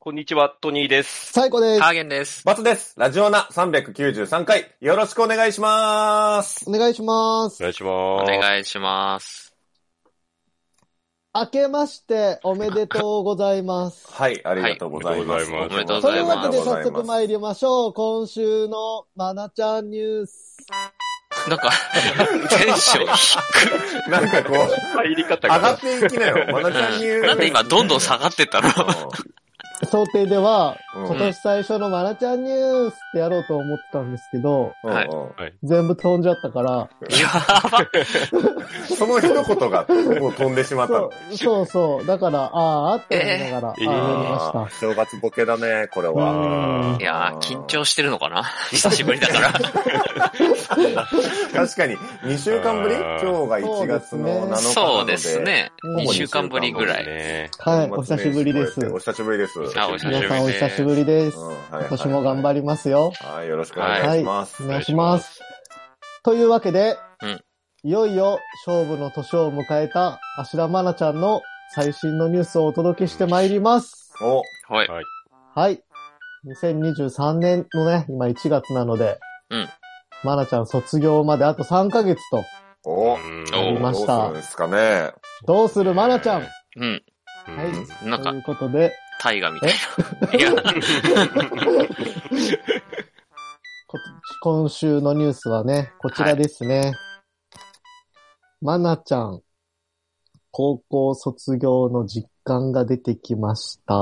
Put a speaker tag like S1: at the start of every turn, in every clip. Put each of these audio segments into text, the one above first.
S1: こんにちは、トニーです。
S2: 最高です。
S3: ハーゲンです。
S4: バツです。ラジオナ393回、よろしくお願いします。
S2: お願いします
S1: お。願いし
S3: お
S1: ます。
S3: 願いします。
S2: 明けましておめでとうございます。
S4: はい、ありがとうございます。
S1: はいおめ
S3: でとう
S2: と
S3: ござ
S2: い
S3: いうます
S2: わけで早速参りましょう。今週のまなちゃんニュース。
S3: なんか、 テンション
S4: なんかこう、
S1: 入り方
S4: 上が
S1: が
S4: っ。ていきなよ。まなちゃんに言う。
S3: なんで今どんどん下がってったの
S2: 想定では、
S4: うん
S2: 今年最初のまなちゃんニュースってやろうと思ったんですけど、
S4: うん
S3: はい
S4: うん
S2: 全部飛んじゃったから、
S3: やば。
S4: その一言がもう飛んでしまった
S2: そ
S4: の。
S2: うそうそう、だから、ああ、って思いながら、
S1: えー
S2: ああ、やりま
S4: あー
S2: し
S4: 正月ボケだね、これ
S2: う
S4: は
S2: ん
S3: い。やー、緊張してるのかな久しぶりだから。
S4: 確かに、2週間ぶり
S1: あ
S4: 今
S1: ー
S4: 日が1月の7日なので。
S3: そうです。ね。
S2: うん
S3: 2週間ぶりぐらい。
S1: ね。
S2: た。はい、お久しぶりです。
S4: お久しぶりです。
S3: あ、お久しぶり
S2: 皆
S3: です
S2: さんお久しぶりです。今
S4: 今
S2: 年も頑張りますよ。
S4: はい、よろしくお願いします。
S2: お願いします。というわけで、
S3: うん
S2: いよいよ勝負の年を迎えた芦田愛菜ちゃんの最新のニュースをお届けしてまいります。
S4: お、
S3: はい。
S1: はい。
S2: はい。2023年のね、今1月なので、
S3: うん
S2: 愛菜ちゃん卒業まであと3ヶ月と、
S4: お、
S2: あり
S1: う
S2: ました
S4: どうするんですかね。
S2: どうする愛菜ちゃん。
S3: うん。
S1: ん
S2: はい
S1: うん
S3: なん
S2: と
S3: か
S2: い、うことで、
S3: 大河みたいな。いや、
S2: こ今週のニュースはね、こちらですね。まなちゃん、高校卒業の実感が出てきました。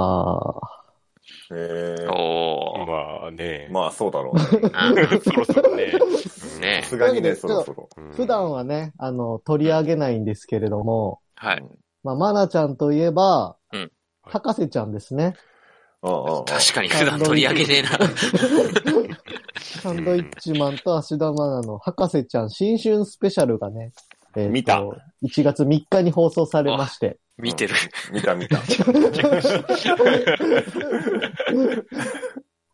S4: えー
S3: おー。
S1: まあね。
S4: まあそうだ ろうね。
S3: う ん
S1: そろそろね。
S3: ね
S4: さすがにね、
S2: と
S4: そ
S2: いうわ
S4: ろ
S2: け
S4: そろ。
S1: うん
S2: 普段はね、あの、取り上げないんですけれども、
S3: はい。
S2: まあ、まなちゃんといえば、
S3: うん
S2: 高瀬ちゃんですね。
S4: うんうんうん
S3: 確かに普段取り上げねえな。
S2: サンドイッチマンと芦田愛菜の博士ちゃん新春スペシャルがね、えーと
S4: 見た
S2: 1月3日に放送されまして、
S3: 見てる。
S4: 見た 見た。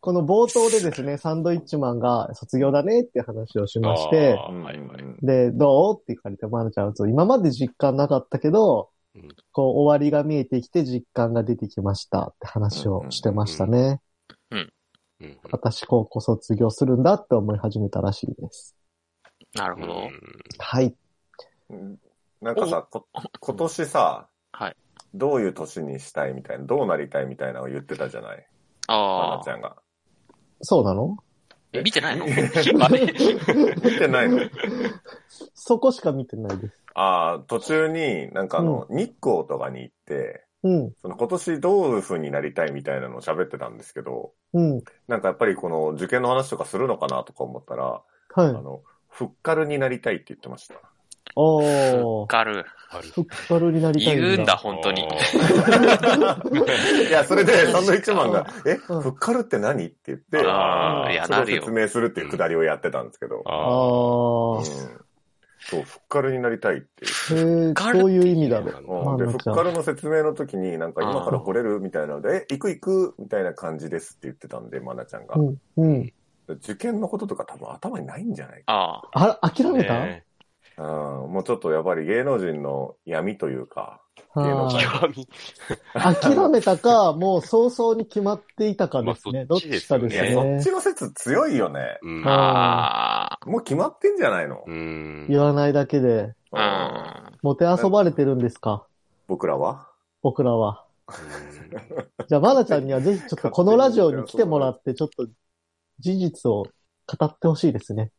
S2: この冒頭でですね、サンドイッチマンが卒業だねって話をしまして、
S1: あーはいはい
S2: で、どうって聞かれて、まるちゃんと、今まで実感なかったけど、
S1: うん
S2: こう、終わりが見えてきて実感が出てきましたって話をしてましたね。
S1: うん
S2: 私、高校卒業するんだって思い始めたらしいです。
S3: なるほど。
S2: はい。
S4: うんなんかさ、こ今年さ、
S3: はい
S4: どういう年にしたいみたいな、どうなりたいみたいなのを言ってたじゃないま
S3: あ
S4: なちゃんが。
S2: そうなの
S3: ー。見てないの
S4: あれ見てない の
S2: そこしか見てないです。
S4: ああ、途中になんかあの、日光とかに行って、
S2: うん、
S4: その今年どういう風になりたいみたいなのを喋ってたんですけど、
S2: うん、
S4: なんかやっぱりこの受験の話とかするのかなとか思ったら、あ
S2: はい。
S4: の、ふっかるになりたいって言ってました。
S2: おー。
S3: ガル。
S1: ある
S2: ふっかるになりたいんだ。
S3: 言うんだ、本当に。
S4: いや、それで、サンドイッチマンが、え、
S2: うん
S4: ふっかるって何って言って、
S3: あーいや
S4: それ
S3: な
S4: を
S3: るよ
S4: 説明するっていうくだりをやってたんですけど、
S2: あ
S1: あ
S4: うん
S2: ー。
S4: そう、ふっかるになりたいって
S2: へ
S4: いう。
S2: ー、
S3: ふっかる
S2: そういう意味だね。
S4: うんで、
S2: ま
S4: ふ
S2: あ
S4: っかるの説明の時に、なんか今から来れるみたいなので、え、行く行くみたいな感じですって言ってたんで、まなちゃんが
S2: う。ん、うん。
S4: 受験のこととか多分頭にないんじゃないか。
S3: あ
S2: あら、諦めた、
S1: ね
S4: うん、もうちょっとやっぱり芸能人の闇というか、芸能
S2: は
S4: 界
S2: い。
S1: 闇
S2: 諦めたか、もう早々に決まっていたかですね。
S1: ま
S2: ど
S1: あそ
S2: っ
S1: っちで
S2: ち
S1: す
S2: か
S1: よね
S2: で
S4: い
S2: す
S4: や、
S2: ね。
S4: そっちの説強いよね。
S1: うん
S3: ー。あ
S4: もう決まってんじゃないの、
S1: うん
S2: 言わないだけで、
S3: ー。うん。
S2: もて遊ばれてるんですか
S4: 僕らは
S2: 僕らは。
S1: うん
S2: じゃあ、まなちゃんにはぜひちょっとこのラジオに来てもらって、ちょっと事実を語ってほしいですね。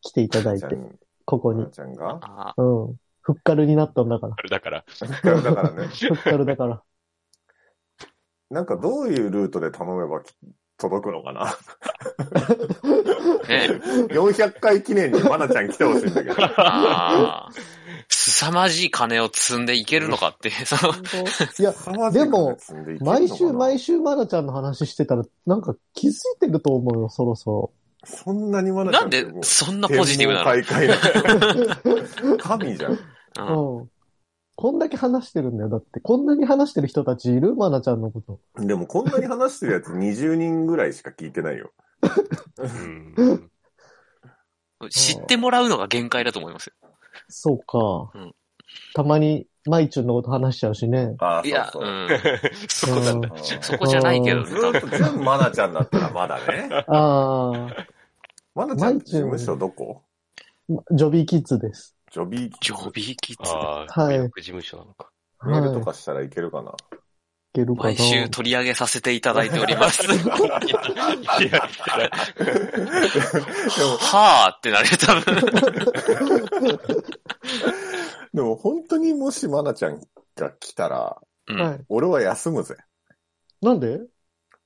S2: 来ていただい
S4: ち
S2: て
S4: ゃ、ん
S2: ここに
S4: まな。ちゃんが
S3: あ
S2: うん。ふっかるになったんだから。
S1: あれだから。
S4: だからね、
S2: ふっかるだから。
S4: なんかどういうルートで頼めばき届くのかな
S3: ー。ね。
S4: ?400 回記念にまなちゃん来てほしいんだけど。
S3: ああ。凄まじい金を積んでいけるのかって、 その、
S2: いや、でも、毎週毎
S4: 週。
S2: 週まなちゃんの話してたら、なんか気づいてると思うよ、そろそ
S4: そんなにまなち
S3: な
S4: ゃ
S3: んん
S4: って
S3: で
S4: もう
S3: そんなポジティブなの
S4: 天文大会の 神じゃん。
S3: うん
S2: ろ。うん。こんだけ話してるんだよ。だって、こんなに話してる人たちいるまなちゃんのこと。
S4: でもこんなに話してるやつ20人ぐらいしか聞いてないよ。
S1: うん
S3: 知ってもらうのが限界だと思いますよ。
S2: そうか。
S3: うん
S2: たまにマイチュンのこと話しちゃうしね。
S4: ああ、
S3: いや、
S4: そううそう。
S3: ん。そこなんだ。
S4: うん
S3: そこじゃないけど
S4: ず
S3: ね、多
S4: ー
S3: 分
S4: っと全部マナちゃんだったらまだ ね。
S2: あ
S4: マナちゃんって事務所どこ
S2: あ、ジョビーキッズです。
S4: ジョビー
S3: ジョビーキッズだ。
S1: ああ、
S2: はい
S1: 予約事務所なのか。
S4: メールと
S2: はい。い
S4: かしたらいけるかな、
S2: けるかな
S3: 毎週取り上げさせていただいており ます。
S1: いや、
S3: はぁってなるよ、多 分。
S4: でも本当にもしマナちゃんが来たら、
S3: うん
S2: はい。
S4: 俺は休むぜ。
S2: なんで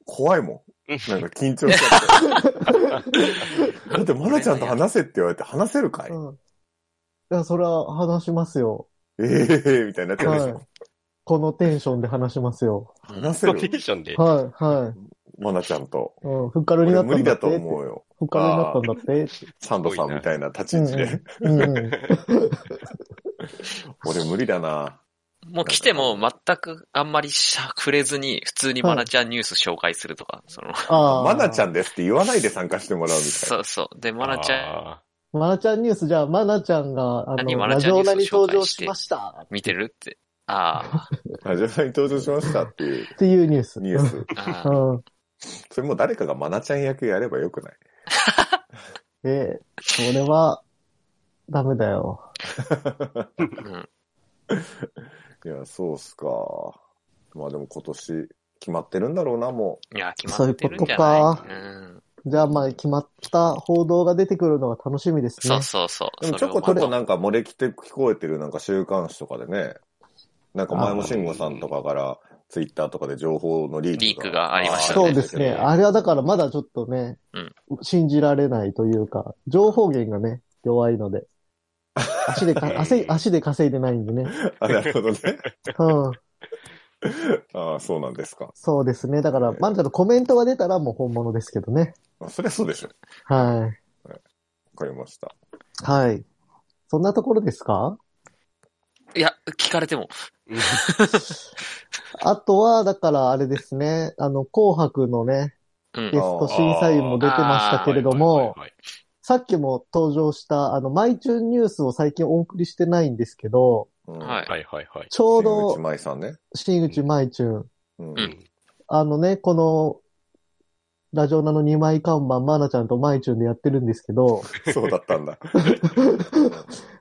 S4: 怖いもん。なんか緊張しちゃって。 だってマナちゃんと話せって言われて話せるかい、
S2: うん。いや、それは話しますよ。
S4: ええみたいになっちゃうでしょ。
S2: はいこのテンションで話しますよ。
S4: 話せ
S1: そのテ
S4: る
S1: ンションで。
S2: はい、はい。
S4: マナちゃん と。
S2: うん、ふっかるにな
S4: 俺
S2: った
S4: 無
S2: ん
S4: 理
S2: だっ
S4: だ
S2: て。
S4: と思うよ。
S2: ふっかるになったんだって。
S4: サンドさんみたいな立ち位置で。
S2: うんう ん。
S4: 俺無理だな。
S3: もう来ても全くあんまりしゃくれずに、普通にマナちゃんニュース紹介するとか、その、
S2: ああ。
S4: マナちゃんですって言わないで参加してもらうみたい
S3: そうそう。で、マナちゃ
S1: ん。
S3: ん
S2: マナちゃんニュース、じゃあ、マナちゃんが、あ
S3: 何
S2: の、
S3: マナ
S2: ラ
S3: ち
S2: ジ
S3: ゃんニ
S2: オ
S3: ュース
S2: ナ
S3: を
S2: に登場
S3: 紹介して
S2: しましたっ
S3: 見てるって。あ
S4: な。ラジオさんに登場しましたっていう
S2: ていうニュース。
S4: ニュース。
S3: ーあ
S2: う
S3: ー。
S2: ん。
S4: それもう誰かがマナちゃん役やればよくない
S2: え、それは、ダメだよ。
S3: うん。
S4: いや、そうっすか。まあでも今年決まってるんだろうな、も。
S3: いや、決まってるんじゃない
S2: そういうこと
S3: う
S2: か
S3: ん。
S2: じゃあ、まあ、決まった報道が出てくるのが楽しみです
S3: そ
S2: ね
S3: う。そうそう
S4: で
S3: う。
S4: もちょこちょこなんか漏れきて聞こえてるなんか週刊誌とかでね、なんか前も慎吾さんとかからツイッターとかで情報のリークが。
S3: リークがありましたね
S2: そうですね。あれはだからまだちょっとね、
S3: うん
S2: 信じられないというか、情報源がね、弱いので。足でか、足、足で稼いでないんでね。
S4: あ、なるほどね。
S2: うん。
S4: ああ、そうなんですか。
S2: そうですね。だから、まだちょっとコメントが出たらもう本物ですけどね。
S4: あそりゃそうでしょ。
S2: は
S4: わかりました。
S2: い。はい。そんなところですか
S3: いや、聞かれても。
S2: あとは、だからあれですね、あの、紅白のね、
S3: うん
S2: ゲス。ト審査員も出てましたけれども、
S1: はい
S2: さっきも登場した、あの、マイチューンニュースを最近お送りしてないんですけど、
S4: うん、
S3: はい
S1: はいはいはい。
S2: ちょう
S4: 新
S2: ど
S4: 内、舞さんね。
S2: 新内マイチューン、
S4: うん
S1: う。ん。
S2: あのね、この、ラジオナの2枚看板、マナちゃんとマイチューンでやってるんですけど、
S4: そうだった んだ。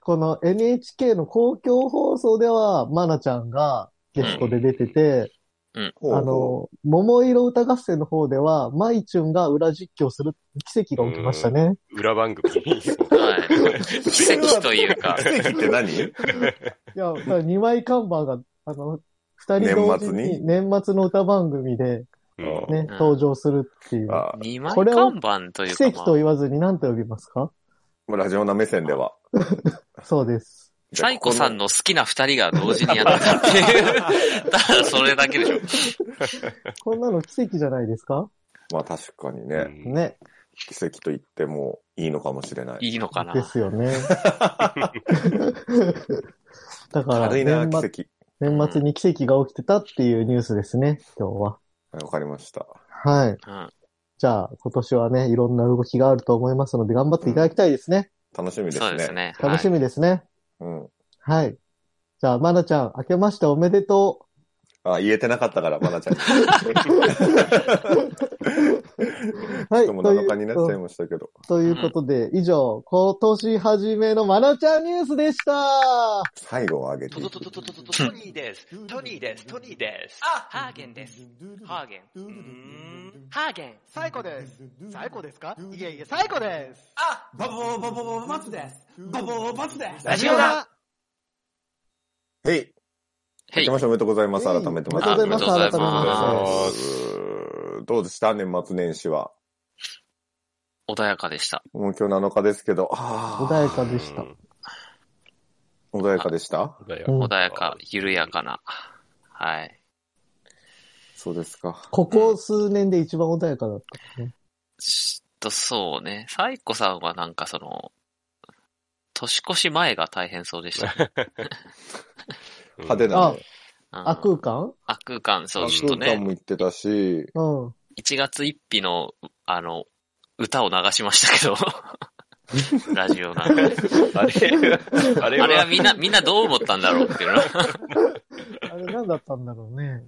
S2: この NHK の公共放送では、マナちゃんがゲストで出てて、
S4: ほう
S2: あ
S4: ほ
S2: の、桃色歌合戦の方では、マイチューンが裏実況する奇跡が起きましたね。
S1: 裏番組。
S3: はい。奇跡というか
S4: う。奇跡って何
S2: いや、2枚看板が、あの、二人同時に年末の歌番組で
S1: うん
S2: ね、
S3: ん
S2: 登場するっていう。
S4: あ
S3: 二枚
S2: これを
S3: 看板という
S2: 奇
S3: か、
S2: 跡と
S3: ま
S2: 言わずに何と呼びますか
S4: あ、ラジオな目線では。
S2: そうです。
S3: あ、サイコさんの好きな二人が同時にやってたっていう。 ただ、それだけでしょ。
S2: こんなの奇跡じゃないですか
S4: まあ確かにね、
S1: ね。
S2: ね。
S4: 奇跡と言ってもいいのかもしれない。
S3: いいのかな。
S2: ですよ ね。だから
S4: 軽いな、
S2: 年
S4: 奇
S2: 末、
S4: 跡。
S2: 年末に奇跡が起きてたっていうニュースですね、今日は。
S4: はいわかりました。
S2: はい。
S3: うん。
S2: じゃあ、今年はね、いろんな動きがあると思いますので、頑張っていただきたいですね。
S4: 楽しみですね。
S3: そうですね。
S2: 楽し
S3: はい
S2: みですね。
S4: うん。
S2: はい。じゃあ、まなちゃん、明けましておめでと
S4: あ、言えてなかったから、ま なちゃん。ちょ
S2: う。はい。
S4: っともう
S2: とい
S4: 7
S2: う
S4: 日になっちゃいましたけど。
S2: ということで、以上、今年初めのまなちゃんニュースでした。
S4: 最後を上げて
S5: ト
S4: い
S5: ト
S4: く
S5: トトトトトトニーです。トニーです。トニーです。あ、ハーゲンです。ハーゲン。うーんハーゲン。
S6: 最高です。最高ですかいえいえ、最高です。
S5: あ、バボーバボーババツです。バボーバツです。
S6: ラジオだ
S4: へい。
S3: へ
S4: 明
S3: い
S4: けましておめでとうございます。
S2: へい
S4: 改めて
S2: おめでとうございます
S4: あ
S2: 改め
S4: り
S2: て
S3: お
S4: がとうござい
S3: めでとう
S4: ま。
S3: ございます
S4: どうでした年末年始は。
S3: 穏やかでした。
S4: もう今日7日ですけど、あ
S2: 穏やかでした。
S4: ー穏やかでした
S1: 穏や
S2: うん
S3: 穏やか、緩やかな。はい。
S4: そうですか。
S2: ここ数年で一番穏やかだった。
S3: ちょっとそうね。サイコさんはなんかその、年越し前が大変そうでしたね。
S4: 派手なね。
S3: うん
S2: あ、空間
S3: あ空間、そう、ちょっと
S4: 空間
S3: ね、
S4: も行ってたし、
S2: うん。
S3: 1月1日の、あの、歌を流しましたけど、 ラジオなんかで。
S1: あれ、あれ
S3: あれは
S1: は、
S3: みんな、みんなどう思ったんだろうっていうの。
S2: あれ何だったんだろうね。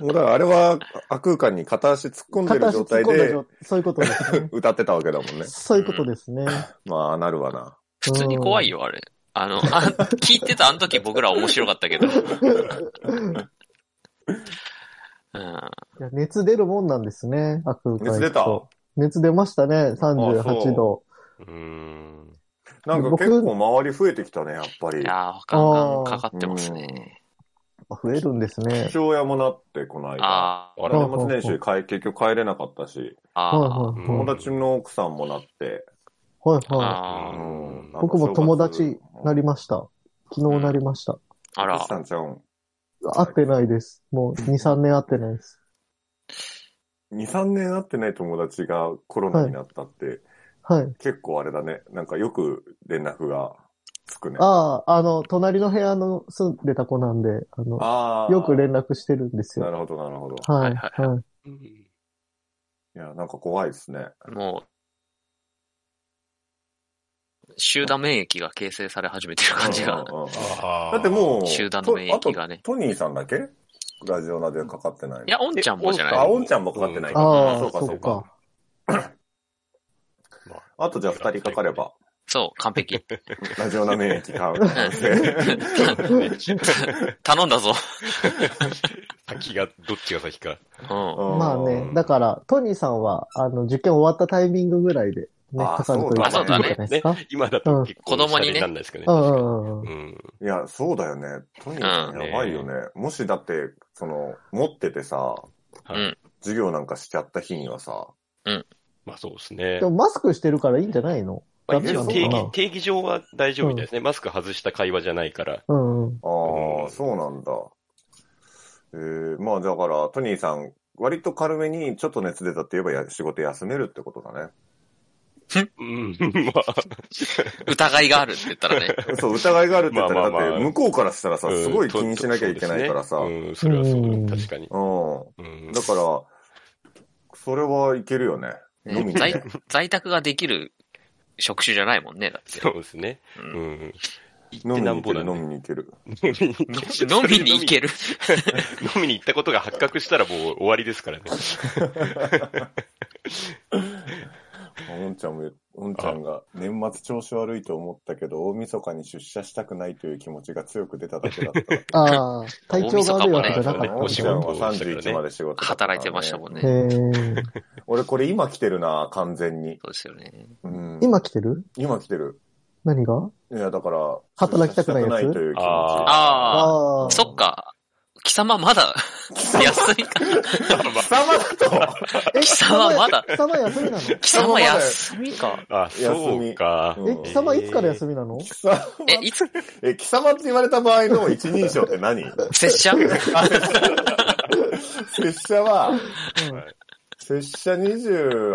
S4: もうだからあれは、悪空間に片足突っ込んで
S2: 片
S4: る
S2: 足突
S4: 状
S2: っ込
S4: 態
S2: んだ
S4: で。
S2: 状、そういうことですね
S4: 歌ってたわけだもんね。
S2: そういうことですね。
S4: まあ、ああなるわな。
S3: 普通に怖いよ、あれ。あの、あ聞いてたあの時僕ら面白かったけど。 うん。
S2: いや熱出るもんなんですね、悪空間行くと
S4: 熱出た
S2: 熱出ましたね、
S4: あそ
S2: 38
S4: う
S2: 度。
S1: うーん。
S4: なんか
S2: 僕
S4: 結構周り増えてきたね、やっぱ
S3: い
S4: り。
S3: やー、ガンガンかかってますね。
S2: 増えるんですね。
S4: 父親もなって、この間。
S3: あー
S1: あれ
S2: う
S4: 年
S2: ん
S4: 末年始帰、結局帰れなかったし、
S3: あー、
S2: はい
S1: うん
S4: 友達の奥さんもなって。
S2: はいはいは
S3: あー、
S1: うん
S2: い。僕も友達なり
S4: ま
S2: ました。昨日なりました。
S3: あら。
S4: したんちゃうん。
S2: 会ってないです。もう2、3年会ってないです。
S4: 2、3年会ってない友達がコロナになったって、
S2: はい。
S4: 結構あれだね。なんかよく連絡がつくね。
S2: ああ、あの、隣の部屋の住んでた子なんで、あの、
S4: あー
S2: よく連絡してるんです
S4: な
S2: よ。
S4: るほど、なるほど。
S2: は、
S3: はいいはい
S2: はい。
S4: いや、なんか怖いですね。
S3: もう、集団免疫が形成され始めてる感じが。
S4: うんうんうん
S1: あー
S4: だってもう、
S3: 集団の免疫がね
S4: とあとトニーさんだけラジオナでかかってないの
S3: いや、おんちゃんもじゃない
S4: あ、おんちゃんもかかってないか
S2: あ
S4: ら。
S2: あ
S4: そうか、そう
S2: そう
S4: か
S2: か。
S1: まあ
S4: あとじゃあ二人かかれば、
S3: そう、完璧。
S4: ラジオナ免疫買う。
S1: めっちゃ
S3: 頼んだぞ。
S1: 先が、どっちが先か。
S3: う ん。
S2: まあね、だから、トニーさんは、あの、受験終わったタイミングぐらいで、ね、
S4: あ
S2: かかるといいん
S3: そうだね
S2: いいんじゃないですか。
S1: 今だと結構、
S3: うん子供にね
S1: シャレなんないですけど
S2: う
S1: ね。
S2: んう
S1: 確か
S2: んうん。
S1: にうん。
S4: いや、そうだよね。トニーさん
S1: うん
S4: やばいよね。もしだって、その、持っててさ、
S1: はい
S4: 授業なんかしちゃった日にはさ、
S1: まあそうですね
S2: で。もマスクしてるからいいんじゃないの
S1: まあ、
S2: ダメ
S1: 一
S2: な
S1: 応
S2: の
S1: 定
S2: か
S1: 義
S2: な、
S1: 定義上は大丈夫みたいですね。マスク外した会話じゃないから。
S2: うんうん。
S4: ああ、
S1: うん
S4: そうなんだ。えー、まあだから、トニーさん、割と軽めにちょっと熱出たって言えばや仕事休めるってことだね。
S1: うん。まあ、
S3: 疑いがあるって言ったらね。
S4: そう、疑いがあるって言ったら、
S1: まあまあまあ
S4: だって、向こうからしたらさ、
S1: うん
S4: すごい気にしなきゃいけないからさ、、
S1: そううんですねうん、それはそう
S2: うん
S1: だ、確かに。うん
S4: だから、それはいけるよね。飲みに
S3: 在
S4: ね。
S3: 在宅ができる職種じゃないもんね、だって。
S1: そうですね。
S3: う
S1: うんん。行
S4: 飲
S1: っ
S4: み
S1: て
S4: に
S1: な
S4: 行
S1: ん
S4: け
S1: ぼ
S4: る、
S1: だね。
S4: 飲みに行ける。
S1: 飲みに
S3: 飲みに行け
S1: る。
S3: る。
S1: 飲みに行ったことが発覚したらもう終わりですからね。
S4: あおんちゃんも、おんちゃんが、年末調子悪いと思ったけど、大晦日に出社したくないという気持ちが強く出ただけだった。
S2: ああ、 体調が悪いわけじゃな
S1: あ
S2: か
S4: お
S2: っ
S4: ん
S1: 仕
S4: ち
S2: た
S4: ゃん
S1: 事
S2: のね。
S4: は
S1: をしたからね
S4: 31まで仕事だったから
S3: 働
S4: ね
S3: いてましたもんね。
S2: へ
S3: そ
S2: え。
S4: 俺これ今来てるな、完全に。
S3: うですよね。
S4: うん、
S2: 今来てる
S4: 今来てる。
S2: 何が
S4: いや、だから、
S2: 働きたくないやつ
S4: 出社しという気持
S1: あ
S4: ち。
S3: あ
S2: ああ
S3: あ、。そっか。貴様まだ安いか。
S4: 貴様だと
S2: え、貴
S3: 様まだ
S2: 貴様休 みなの
S3: 貴様休みか。
S1: あ、そうか。
S4: 休み
S2: え、貴様いつから休みなの
S4: 貴様
S3: え、いつ、
S4: え、貴様って言われた場合の一人称っ て何
S3: 拙者
S4: 拙者は、
S1: はい
S4: 拙者28、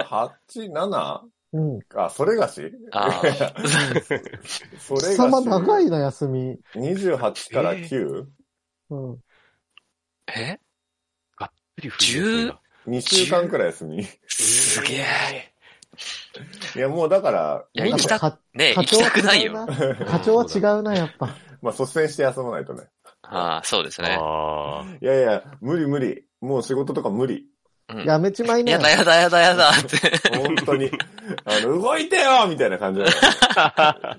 S4: 7?
S2: うん。うん
S4: あ、それがし
S3: あ
S4: そ
S2: 貴
S4: れ
S2: 様長
S4: がし。
S2: いな、休み。
S4: 28から 9?2
S2: うん。
S3: あ。え
S1: 十
S4: 週間くらい休み。い
S3: すげえ。
S4: や、もうだから、
S3: いや行きた
S2: やっぱ
S3: ねえ、
S2: 課
S3: 行きたくな
S2: 課
S3: いよ。
S2: 長は違うな課長は違うな、やっぱ。
S4: まあ率先して休まないとね。
S3: ああ、そうですね。
S1: ああ。
S4: いやいや、無理無理。もう仕事とか無理。
S3: うん
S2: やめちまいな
S3: や
S2: よ。
S3: だやだやだやだって。
S4: 本 当に。あの、動いてよみたいな感じ だ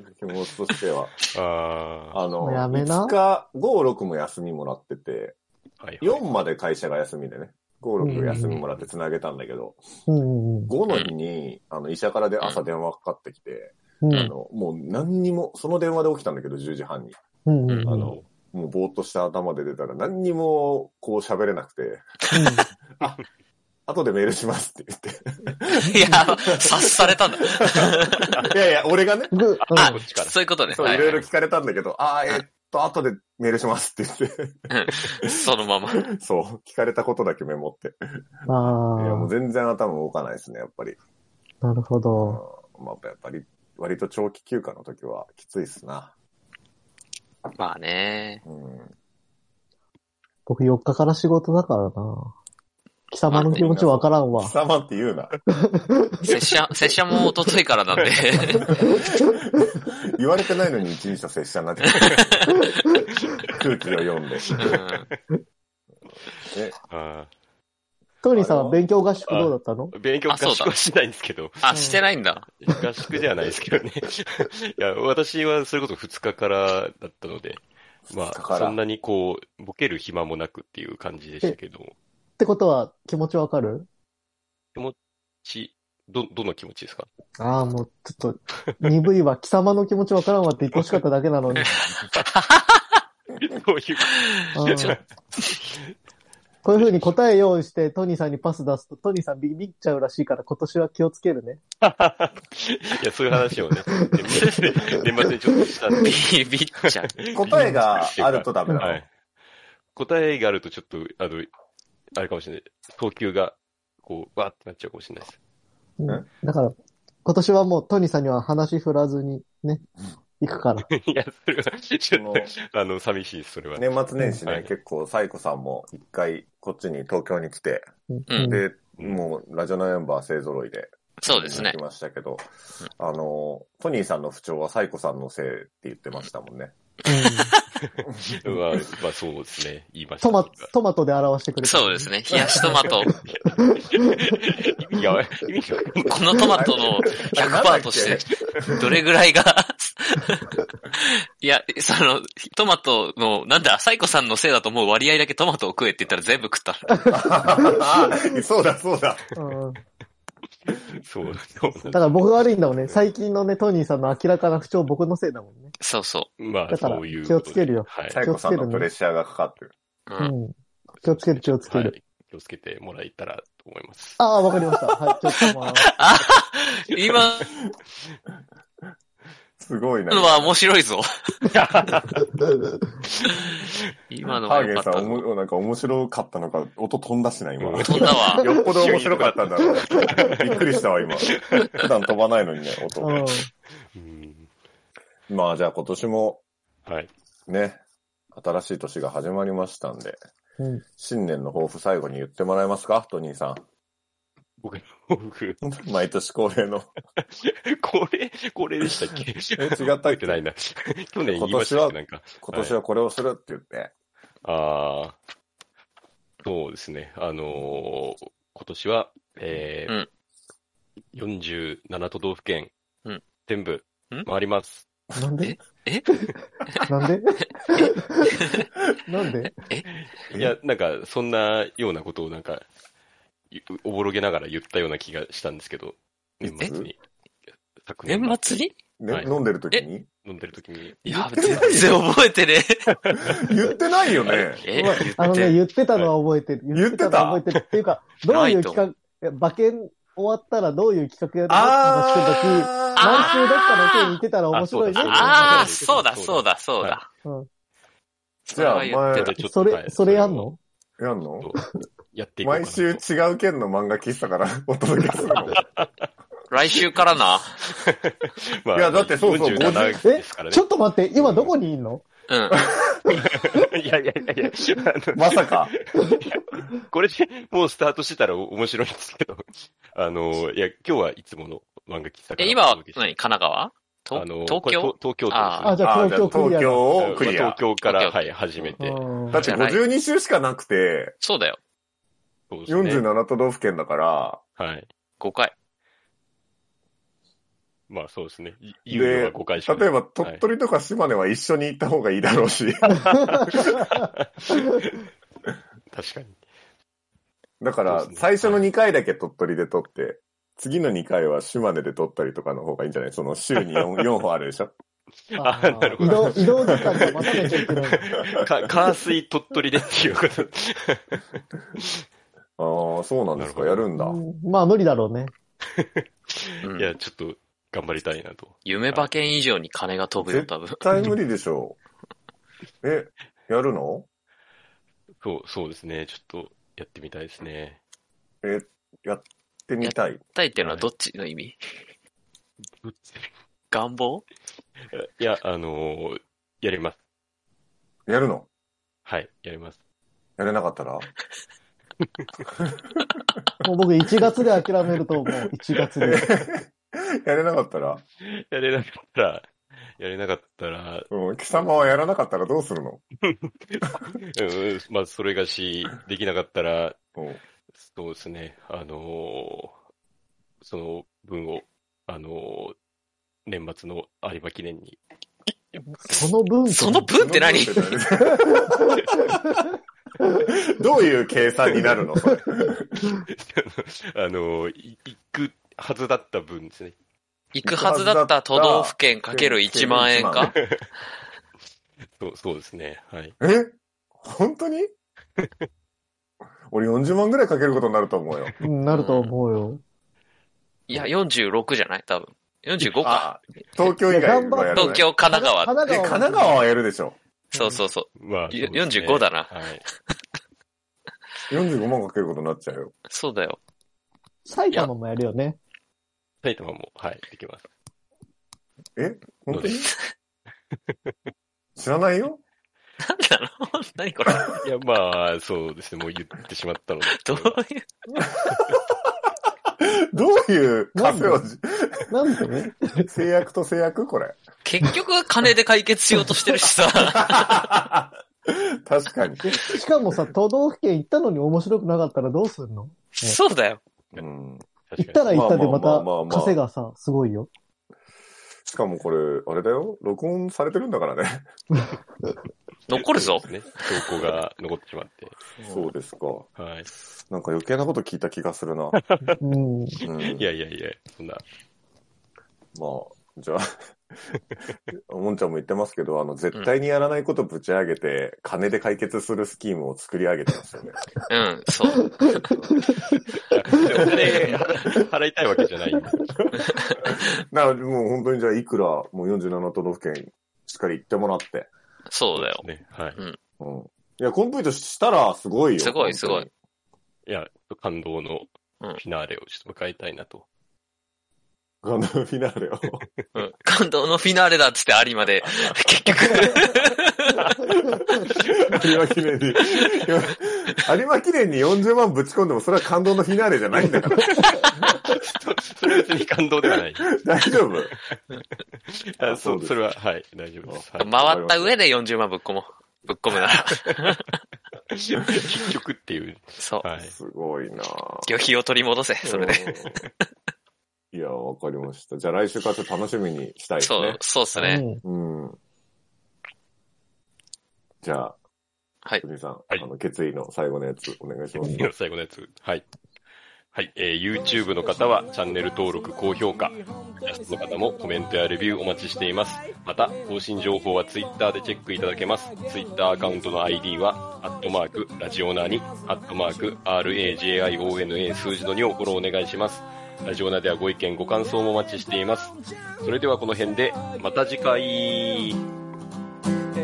S4: よ気持ちとしては。
S1: あ
S4: あの、
S2: やめな
S4: 5日、5、6も休みもらってて、
S1: あ。はいはい。
S4: 4まで会社が休みでね、5、6休みもらって繋げたんだけど、
S2: うんうん
S4: 5の日に、あの、医者からで朝電話かかってきて、
S2: うん。
S4: あの、もう何にも、その電話で起きたんだけど、10時半に。
S2: うんうん
S1: うん
S2: うん。
S4: あの、もうぼーっとした頭で出たら何にも、こう喋れなくて、 後でメールしますって
S3: いや、察されたんだ。
S4: 言って。いやいや、俺がね、
S2: うんぐ、うん。
S3: あ
S1: こっちから
S3: そういうことね。
S4: そう、
S3: はいいはい
S4: ろいろ聞かれたんだけど、あー、えっと、後でメールしますって言っ
S3: そのまま。
S4: て、 そう、聞かれたことだけメモって。いや、もう
S2: あ
S4: 全然頭動かないですね、やっぱり。
S2: あ、なるほど。
S4: うんまあ、やっぱり、割と長期休暇の時はきついっすな。
S3: まあね。
S4: うん。
S2: 僕4日から仕事だからな。貴様の気持ちわからんわ
S4: 貴。様って言うな。
S3: 拙 者、拙者も一昨日からなんで、
S4: 言われてないのに一人称拙者になってる空気を読んで。
S3: うん
S4: え、
S1: あ
S2: トニーさんは勉強合宿どうだったの
S1: ー勉強合
S3: あそうだ
S1: 宿はしないんですけど、
S3: あ、してないんだ。
S1: 合宿じゃないですけどね。 いや、私はそれこそ2日からだったので、ま
S4: だ
S1: あ、
S4: か
S1: そ
S4: ら
S1: ん、なにこう、ボケる暇もなくっていう感じでしたけど、
S2: ってことは気持ちわかる
S1: ち、ど、どの気持ちですか
S2: ああ、もうちょっと、鈍いわ。貴様の気持ちわからんわって言ってほしかっただけなの に。
S1: どう いう、
S2: うんこういうふうに答え用意してトニーさんにパス出すとトニーさんビビっちゃうらしいから今年は気をつけるね。
S1: いや、そういう話をね、 年末で年末にちょっとしたんで。
S3: ビビっちゃう。
S4: 答えがあるとダメなの。
S1: はい。答えがあるとちょっと、あの、あれかもしれない。投球が、こう、わーってなっちゃうかもしれないです。
S2: うん
S4: え
S2: だから、今年はもうトニーさんには話振らずにね、行くから。
S1: いや、それは、ち
S4: そ
S1: ょっ
S4: の
S1: と、あの、寂しいです、それは。
S4: 年末年始
S1: は
S4: ね
S1: い、
S4: 結構、サイコさんも一回、こっちに東京に来て、
S2: うん
S3: うん
S4: で、もう、ラジオナメンバー勢揃いで、
S3: そうですね
S4: 来。ましたけど、あの、トニーさんの不調はサイコさんのせいって言ってましたもんね。
S1: まあ、まあ、そうですね。言いました。
S2: トマ、トマトで表してくれた
S3: そうですね。冷やしトマト。
S1: いや、意味がわかんない
S3: このトマトの100%として、どれぐらいが、いや、その、トマトの、なんだ、サイコさんのせいだと思う割合だけトマトを食えって言ったら全部食った。
S4: あそうだ、そうだ。
S2: うん
S1: そう、そうなん
S2: だ
S1: で
S2: から僕が悪いんだもんね。最近のね、トニーさんの明らかな不調僕のせいだもんね。
S3: そうそ
S1: す。まあ、
S2: だから
S1: そういう。
S2: 気をつけるよ
S1: はい。
S4: サイコさんのプレッシャーがかかってる。
S3: う。う。
S2: うんん。気をつける気をつける。
S1: はい。気をつけてもらえたらと思います。
S2: ああ、わかりました。はい、ちょっとまあ。
S3: 今
S4: すごいな。
S3: のは面白い ぞ。今の
S4: ハ
S3: は
S4: ーゲ
S3: 良か
S4: ン
S3: っ
S4: さ
S3: た
S4: ん、お
S3: ぞ。
S4: もなんか面白かったのか、音飛んだしな、今。
S3: 飛んだわ。
S4: よっぽど面白かったんだろう。びっくりしたわ、今。普段飛ばないのにね、音。
S2: う
S1: うん
S4: まあ、じゃあ今年も
S1: はい。
S4: ね、新しい年が始まりましたんで、
S2: ん。うん。
S4: 新年の抱負最後に言ってもらえますか、トニーさ
S1: 僕、僕、
S4: ん。 毎年恒例の。
S1: これ、これでした っけ
S4: え違ったっけ
S1: 覚えてないな。去年言いましたっけなんか。
S4: 今年はこれをするって言って。
S1: ああ、そうですね。あのー今年は、えー47都道府県、
S3: うん
S1: 全部
S3: ん
S1: 回ります。
S2: なんで
S3: え
S2: なんでなんで
S1: いや、なんか、そんなようなことを、なんか、いおぼろげながら言ったような気がしたんですけど、年末に。昨
S3: 年
S1: 末
S3: 末に
S4: ね
S1: はい
S4: 飲んでる時に
S1: 飲んでる時に、
S3: いや、全然覚えてね
S4: 言ってないよね。
S3: え。え
S2: まああのね、言ってたのは覚えてる。
S4: い
S2: のは覚えてる。っていうか、どういう企画、馬券終わったらどういう企画やるのって話してたし、
S3: あー
S2: 毎週どっかの件に行ってたら面白いね。
S1: あ
S3: ああ、そうだ、そうだ、そうだ。
S2: うん
S3: それは言ってた
S4: じゃあ
S1: ちょっと
S2: そ
S1: は
S2: れ、
S1: い
S2: それやんの
S4: やんの
S1: やっていこうかな
S4: 毎
S1: と
S4: 週違う県の漫画喫茶から お届けするの。
S3: 来週からな。
S1: まあ
S4: いやだってそうそう
S1: 47
S2: え
S1: ですから、ね
S2: ちょ。っと待って、今どこにいんの
S3: うん。
S1: いやいやいやいや、あの
S4: まさか。
S1: これでもうスタートしてたら面白いんですけど、あの、いや、今日はいつもの漫画喫茶から
S3: え、今は
S1: お届けし
S3: 何神奈川と
S1: あの
S3: 東
S1: これ
S3: 京
S1: 東京都
S3: あー
S2: あ、じゃあ
S4: あじゃあ
S2: 東京クリ
S1: で
S2: アだ。
S4: 東京
S1: すね
S4: をクリ
S1: まあ
S4: ア
S1: 東。京か
S3: 東
S1: ら、
S3: 京
S1: はい、始めて。
S2: うん
S4: だって52週しかなくて、
S3: そうだよ。
S1: そうですね
S4: 47都道府県だから、
S1: はい。
S3: 5回。
S1: まあそうですね。い言うの
S4: で
S1: は誤解しかない
S4: 例えば鳥取とか島根は一緒に行った方がいいだろうし、
S1: 確かに。
S4: だから
S1: そうですね
S4: 最初の2回だけ鳥取で撮って、次の2回は島根で撮ったりとかの方がいいんじゃないその週に 4, 4本あるでしょ
S1: あーなるほ
S2: 移
S1: ど
S2: 動、移動時間が待たなきゃいけない。
S1: か、川水鳥取でっていうこと。
S4: ああ、そうなんですか、
S1: な
S4: や
S1: る
S4: るんだ。
S2: うんまあ無理だろうね。
S3: うん
S1: いや、ちょっと頑張りたいなと。
S3: 夢馬券以上に金が飛ぶよ、多分
S4: 絶。対無理でしょう。え、やるの
S1: そう、そうですね。ちょっとやってみたいですね。
S4: え、やってみたい。
S3: 絶対っていうのはどっちの意味願望
S1: いや、あのーやります。
S4: やるの
S1: はい、やります。
S4: やれなかったら
S2: もう僕1月で諦めると、もう1月 で。
S4: やれなかったら、
S1: やれなかったら、やれなかったら、
S4: うん、貴様はやらなかったらどうするの
S1: うん、まあ、それがし、できなかったら、
S4: うん
S1: そうですね、あのーその分を、あのー年末の有馬記念に、
S2: その分、
S3: その分って何
S4: どういう計算になるのそれ。
S1: あのーい行くはずだった分ですね。
S3: 行くはずだった都道府県かける1万円か
S1: そうそうですね、はい。
S4: え本当に俺40万ぐらいかけることになると思うよ。
S2: うんなると思うよ。
S3: いや、46じゃない多分。45か。
S4: あ、東京以外はやる、ね。
S3: 東京、神奈川。
S2: 神奈
S4: え、神
S2: 川
S4: 奈川はやるでしょ。
S3: そうそうそ
S1: まあ、
S3: う。
S1: そうですね
S3: 45だな。
S1: はい。
S4: 45万かけることになっちゃうよ。
S3: そうだよ。
S2: 埼玉もやるよね。
S1: 埼玉も、はい、できます。
S4: 本当に
S1: どう
S4: 知らないよ
S3: なんだろう 何これ
S1: いや、まあ、そうですね、もう言ってしまったので。
S3: どういう、
S4: どういう稼をじ、
S2: なんでね。
S4: 制約と制約これ。
S3: 結局金で解決しようとしてるしさ。
S4: 確かに。
S2: しかもさ、都道府県行ったのに面白くなかったらどうすんの
S3: そうだよ。
S4: うん、
S2: 行ったら行ったでま
S4: まあ
S2: た
S4: まあまあまあまあ、
S2: 稼がさ、すごいよ。
S4: しかもこれ、あれだよ録音されてるんだからね。
S3: 残るぞ。
S1: 確かにね。証拠が残ってしまって。
S4: そうですか。
S1: はい。
S4: なんか余計なこと聞いた気がす るな。
S2: うん。
S4: うん、
S1: いやいやいや、そ んな。
S4: まあ、じゃあ、 もんちゃんも言ってますけど、あの、絶対にやらないことぶち上げて、金で解決するスキームを作り上げてます よね。
S3: うん、そう。
S1: お金払いたいわけじゃないんで。
S4: なので、もう本当にじゃあ、いくら、もう47都道府県、しっかり行ってもらって。
S3: そうだよ。
S1: ね。はい。
S4: うん。いや、コンプリートしたら、すごいよ。
S3: すごいすごい
S1: い
S4: 本
S1: や、感動の
S3: うん
S1: フィナーレをちょっと迎えたいなと。
S4: 当に。ガンダムフィナーレを。
S3: うん。感動のフィナーレだっつって有馬で、 結 局、
S4: 有馬記念に、有馬記念に40万ぶち込んでも、それは感動のフィナーレじゃないんだから。
S1: それは別に感動で はない。
S4: 大丈夫
S1: あそ
S4: そうで
S1: う、
S4: す
S1: それは、はい、大丈夫です。はい、
S3: 回った上で40万ぶっ込もう。ぶっ込むなら。
S1: 結局っていう。
S3: そう。
S1: はい。
S4: すごいな
S3: 旅費を取り戻せ、それで。
S4: で。いや、わかりました。じゃあ来週からちょっと楽しみにしたいです
S3: そう
S4: ね、。
S3: そうっすね。
S4: うん。じゃあ、
S3: はい
S4: 藤井さん、
S1: はい
S4: あの、決意の最後のやつお願いします
S1: 次。の最後のやつ。はい。はい、えー YouTube の方はチャンネル登録、高評価。キャストの方もコメントやレビューお待ちしています。また、更新情報は Twitter でチェックいただけます。Twitter アカウントの ID は、アットマーク、ラジオナーに、アットマーク、RAJIONA 数字の2をフォローお願いします。ラジオナーではご意見、ご感想もお待ちしています。それではこの辺で、また次回。
S7: A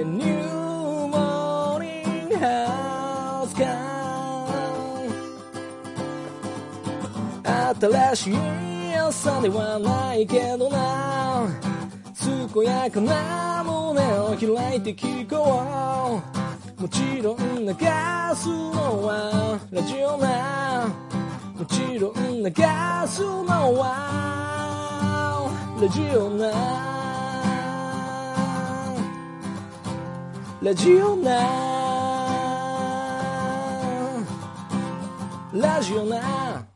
S7: new morning has come 新しい朝ではないけどな健やかな胸を開いて聞こうもちろん流すのはラジオなもちろん流すのはラジオなラジオなラジオな